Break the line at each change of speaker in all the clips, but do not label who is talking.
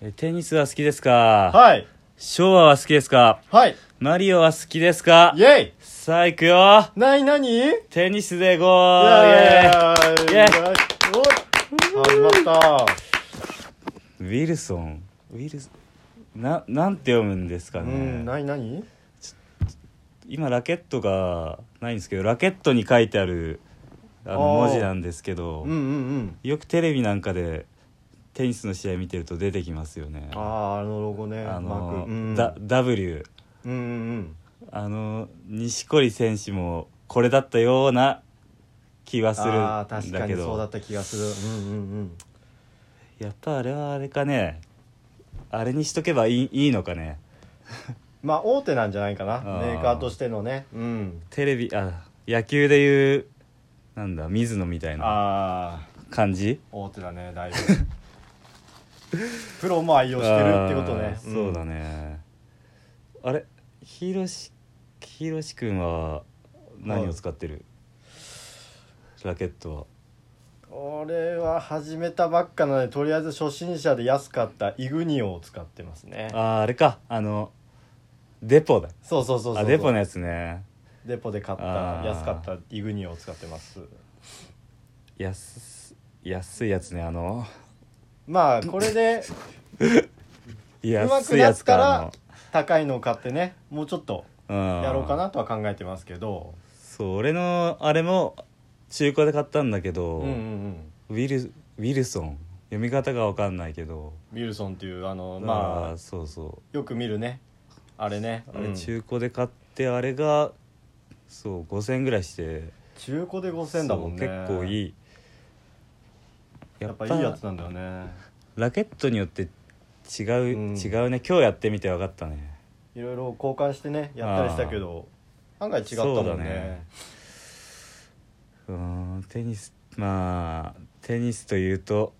えテニスは好きですか
はい。
昭和は好きですか
はい。
マリオは好きですか
イェイ
さあ行くよ
なになにイェーイ
テニスでゴーイエーイ
お始まった。
ウィルソンウィルソンななんて読むんですか
う
ね、
ん、なになに
今ラケットがないんですけどラケットに書いてあるあの
あー
文字なんですけど、
うんうんうん。
よくテレビなんかでテニスの試合見てると出てきますよね
ああ、あのロゴね。
あ
マー
の
ク。うん。
だ W
うんうんうん。
あの錦織選手もこれだったような気はする
ああ、確
ん
か
だけ
に
ど
そうだった気がする。うんうん
やっぱあれはあれかねあれにしとけばいいいいのかね
うん。まあ、大手なんじゃないかな。
ー
メーカーとしてのね。うん。
テレビあ野球でいうなんだ水野みたいな
ああ、
感じ
大手だね、だいぶ。 プロも愛用してるってことね。
あーそうだ
ね。
ね、あれひろしひろしくんは何を使ってる、ラケット
俺は始めたばっかなので、とりあえず初心者で安かったイグニオを使ってますね。
はあーあれかあのデポだ
そうそうそうそう
あデポのやつね
デポで買った
あー
安かったイグニオを使ってます
安安いやつねあの
まあこれでうま
安
く
い
な
や
っ
つ
た
から
高いのを買ってねもうちょっと
あのうん
やろうかなとは考えてますけど
そう俺のあれも中古で買ったんだけ
う
ど、
んうんうん
ウィルウィルソン読み方が分かんないけど
ウィルソンっていうあの
ま
ま
あそうそう
あよく見るねあれね
あれ
うん
中古で買ってあれがそう5000円ぐらいして
中古で5000だもん
そ
ね
う結構い
い
い
やっぱいいやつなんだよね
ラケットによって違う、
うん
違うね今日やってみて分かったね
いろいろ交換してねやったりしたけど案外違ったもん
そう
ね
だねうーんテニスまあテニスというと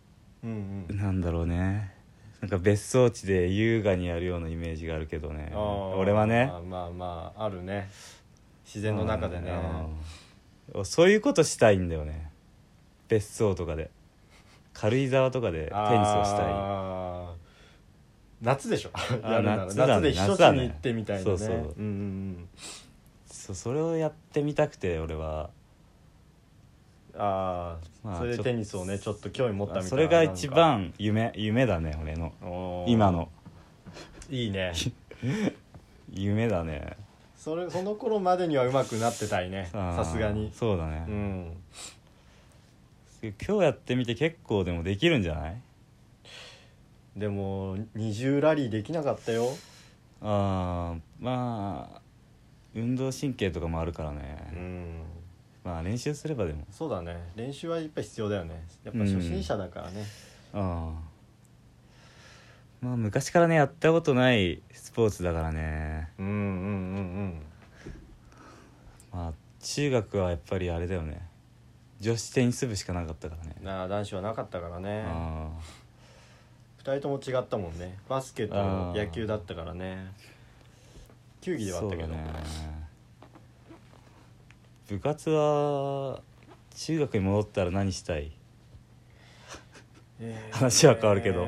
うんうん
なんだろうねなんか別荘地で優雅にやるようなイメージがあるけどね
あー
俺はね
まあまあまああるね自然の中でね
うんそういうことしたいんだよね別荘とかで軽井沢とかでテニスをしたい
あー夏でしょやるなら
夏
夏,、
だね
で避暑
夏
地
だね
に行ってみたいなね
そうそうん
んん
そそれをやってみたくて俺は
ああ、
まあ
それでテニスをねちょっと興味持ったみたいな
それが一
なんか
番夢夢だね俺の
おー
今の
いい ね
夢だね
それその頃までには上手くなってたいね
あー
さすがに
そうだね
う、ん
今日やってみて結構でもできるんじゃない
でも二重ラリーできなかったよ
あーまあ運動神経とかもあるからね、
うん
まあ練習すればでも
そうだね練習はやっぱ必要だよねやっぱ初心者だからね、
ああまあ昔からねやったことないスポーツだからね
うん、うんうんうん
まあ中学はやっぱりあれだよね女子テニス部しかなかったからね
なあ男子はなかったからね
ああ
2人とも違ったもんねバスケと
あー
野球だったからね球技ではあ
そ
っ
う
た
だ
けど、
ね部活は中学に戻ったら何したい
えー
話は変わるけど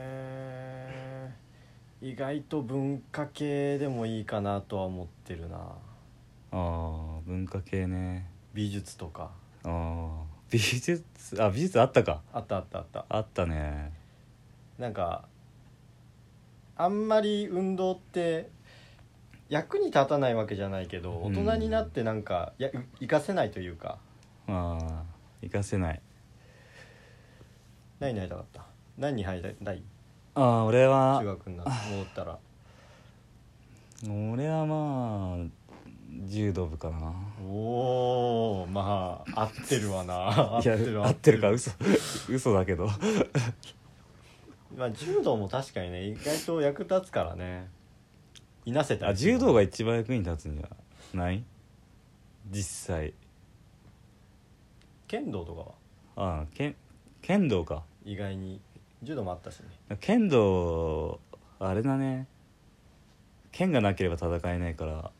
えー 意外と文化系でもいいかなとは思ってるな
ああ文化系ね
美術とか
ああ美術あ美術あったか
あったあったあった
あったね
なんかあんまり運動って役に立たないわけじゃないけど
う
大
ん
人になってなんかや生かせないというか
ああ行かせない
何になりたかった何に入りたいない
ああ俺は
中学になって戻ったら
俺はまあ柔道部かな
おおまあ合ってるわな合って
い
る
や合ってるか嘘嘘 だけど
まあ柔道も確かにね意外と役立つからねいなせた
あ
りする
柔道が一番役に立つんじゃない実際
剣道とかは
ああけ剣道か
意外に柔道もあったしね
剣道あれだね剣がなければ戦えないから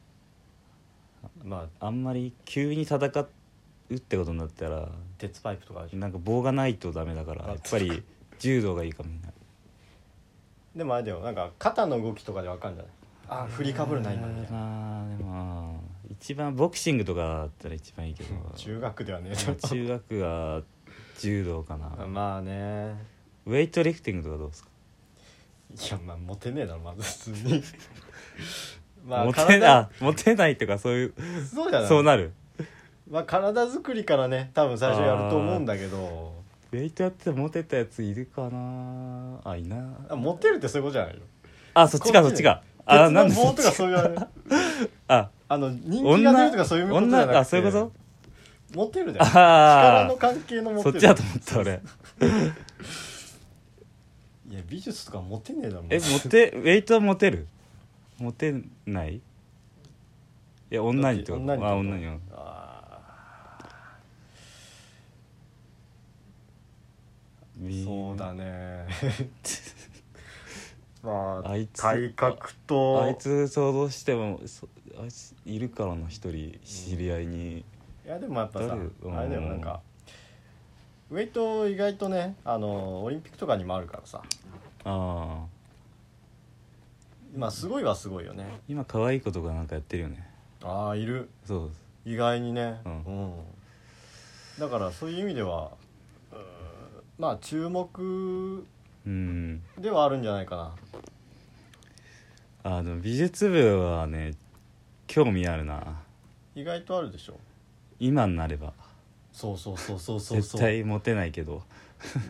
まあ
あんまり急に戦うってことになったら
鉄パイプとかあるし
なんか棒がないとダメだから
あ
やっぱり柔道がいいかもしれない
でもあれだよなんか肩の動きとかでわかるんじゃないあ振りかぶるな今みたいな
まあでも一番ボクシングとかだったら一番いいけど
中学ではね
まあ中学は柔道かな
まあね
ウェイトリフティングとかどうですか
いやまあモテねえだろまず普通 にまあ
モテ
体
なモテないとかそういう
そうじゃない
そうなる
まあ体作りからね多分最初やると思うんだけど
ウェイトやってモテたやついるかなあいな
あモテるってそういうことじゃないよ
あそっちかそっちかあ
鉄
な
の
んでそ
棒
っ
と
ち
かそういうあれ
あ
あの人気が出ると
女
かそういうことじゃなくて
女あそういうこと
モテるだよ力
あ
の関係の
あ
モ
そ
テ
っ
る
ちだと思った俺
いや美術とかモテねえだろ
え
まず
モテウェイトはモテるモテないいや女にってこと
女に
あ女にうん
あーそうだね まあ
あいつ
体格と
あいつ想像してもそあいついるからな一人知り合いに
いやでもやっぱさ
誰うん
あれだよなんかウェイト意外とねあのオリンピックとかにもあるからさ
ああ
まあすごいはすごいよね
今可愛い子とかなんかやってるよね
ああいる
そう
意外にね、
うん
だからそういう意味ではうーまあ注目
うん
ではあるんじゃないかな
あの美術部はね興味あるな
意外とあるでしょ
今になれば
そうそうそうそうそう
絶
そう
対モテないけど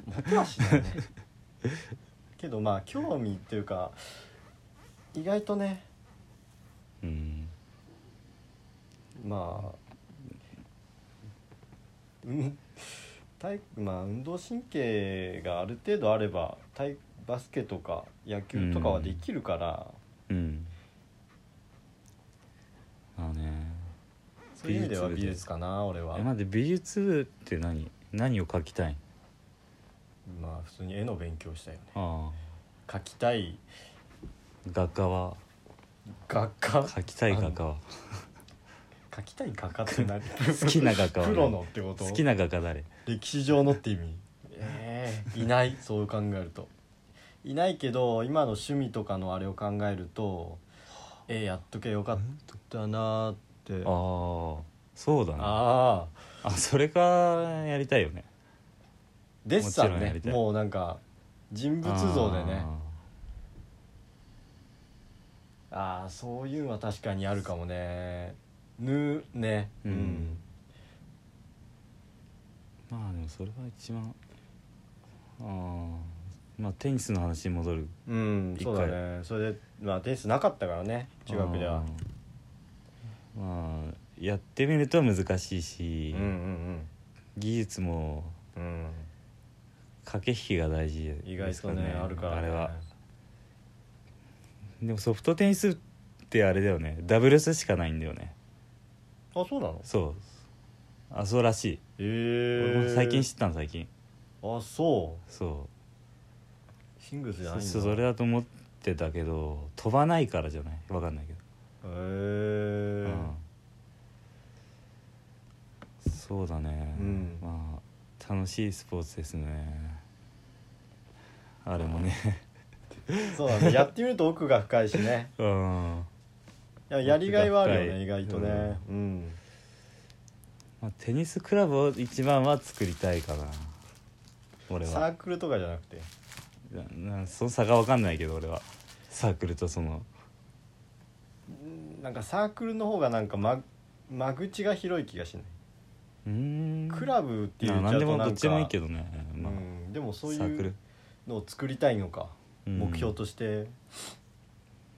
モテはしないねけどまあ興味っていうか意外とね
うん
まあうん体まあ運動神経がある程度あれば体バスケとか野球とかはできるから、
うんあのね
そういう意味では
美術部で
美術かな俺は
え待って美術部って何何を描きたいん
まあ普通に絵の勉強したいよね
ああ
描きたい
画家は
画家
描きたい画家は
描きたい画家って何
好きな画家はね
プロのってこと
好きな画家誰
歴史上のって意味ええいないそう考えるといないけど今の趣味とかのあれを考えるとええやっとけよかったなーって
ああ
あ
そうだな
あ
あそれかやりたいよね
ーデッサン
もちろんや
ね
りたい
もうなんか人物像でねああーそういうのは確かにあるかもねぬね
うんあーまあでもそれは一番ああまあテニスの話に戻る
うん
一
そうだねそれでまあテニスなかったからね中学では
うんまあやってみると難しい
うん
し、
うん
技術も
うんうん
駆け引きが大事
意
で
外
すか
と
ら
ね
ね
あるから、ね、
あれはでもソフトテニスってあれだよねダブルスしかないんだよね
あそうなの
そうあそうらしい、
え
俺
え
も最近知ったの最近
あそう
そう
シングルスじゃないんだ
そそれだと思ってたけど飛ばないからじゃないわかんないけど、
へえ
うんそうだね、
うん
まあ楽しいスポーツですねあれもね
そうだねやってみると奥が深いし ね
うん、
いややりがいはあるよね意
奥が深い
外とねうん、
まあ、テニスクラブを一番は作りたいかな俺
サー
は
クルとかじゃなくて
ななその差がわかんないけど俺はサークルとその
うんなんかサークルの方がなんか間間口が広い気がしないう
ーん
クラブっていう
な何でも
な
どっ
んか
ちでもいいけどね、まあ
うん、でもそう
サーク
い
ル
うのを作りたいのか、
うん
目標として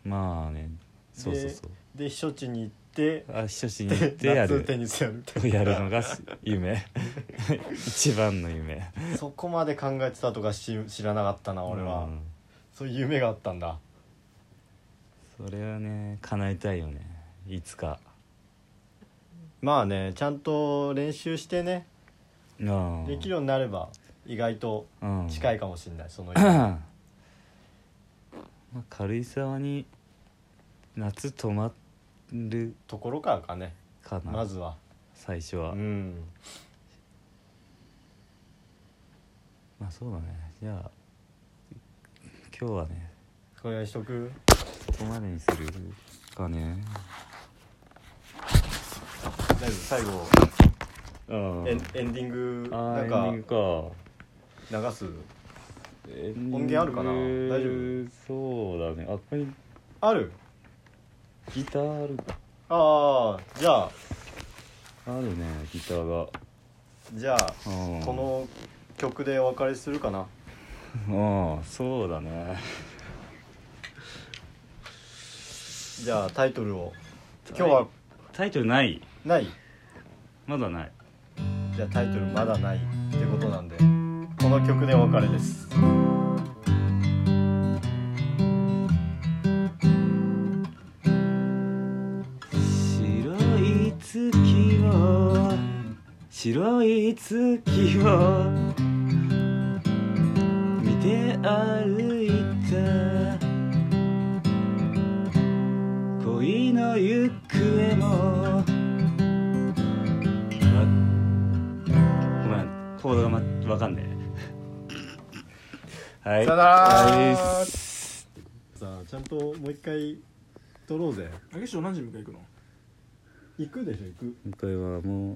まあねそうそうそう
で避暑地に行って
あ秘書士に行ってや
夏
る
テニスやるみたい
やるのが 夢一番の夢
なそこまで考えてたとかし知らなかったな俺は、そういう夢があったんだ
うんそれはね叶えたいよねいつか
まあねちゃんと練習してね
うん
できるようになれば意外と
うん
近いかもしれないその夢
まあ軽井沢に夏泊まる
ところからかね
かな
まずは
最初
う
は、
ん
まあそうだねじゃあ今日はね
お願いしとく
そこまでにするかね
大丈夫最後
あー
エンエンディング
あー
なん
エ
か
ンディングか
流す
エンディング
音源あるかな大丈
そうだねあここに
ある
ギターある
ああじゃあ
あるねギターが
じゃあ
うん
この曲でお別れするかな
うんそうだね
じゃあタイトルを今日は
タイトルない
ない
まだない
じゃあタイトルまだないってことなんでこの曲でお別れです
白い月を白い月を見て歩いた恋の行方もわごめんコードがまわかんねえはい
さよなら
はいす
さあちゃんともう一回撮ろうぜ
あげしょ何時に迎え行くの
行くでしょ行く
今回はもう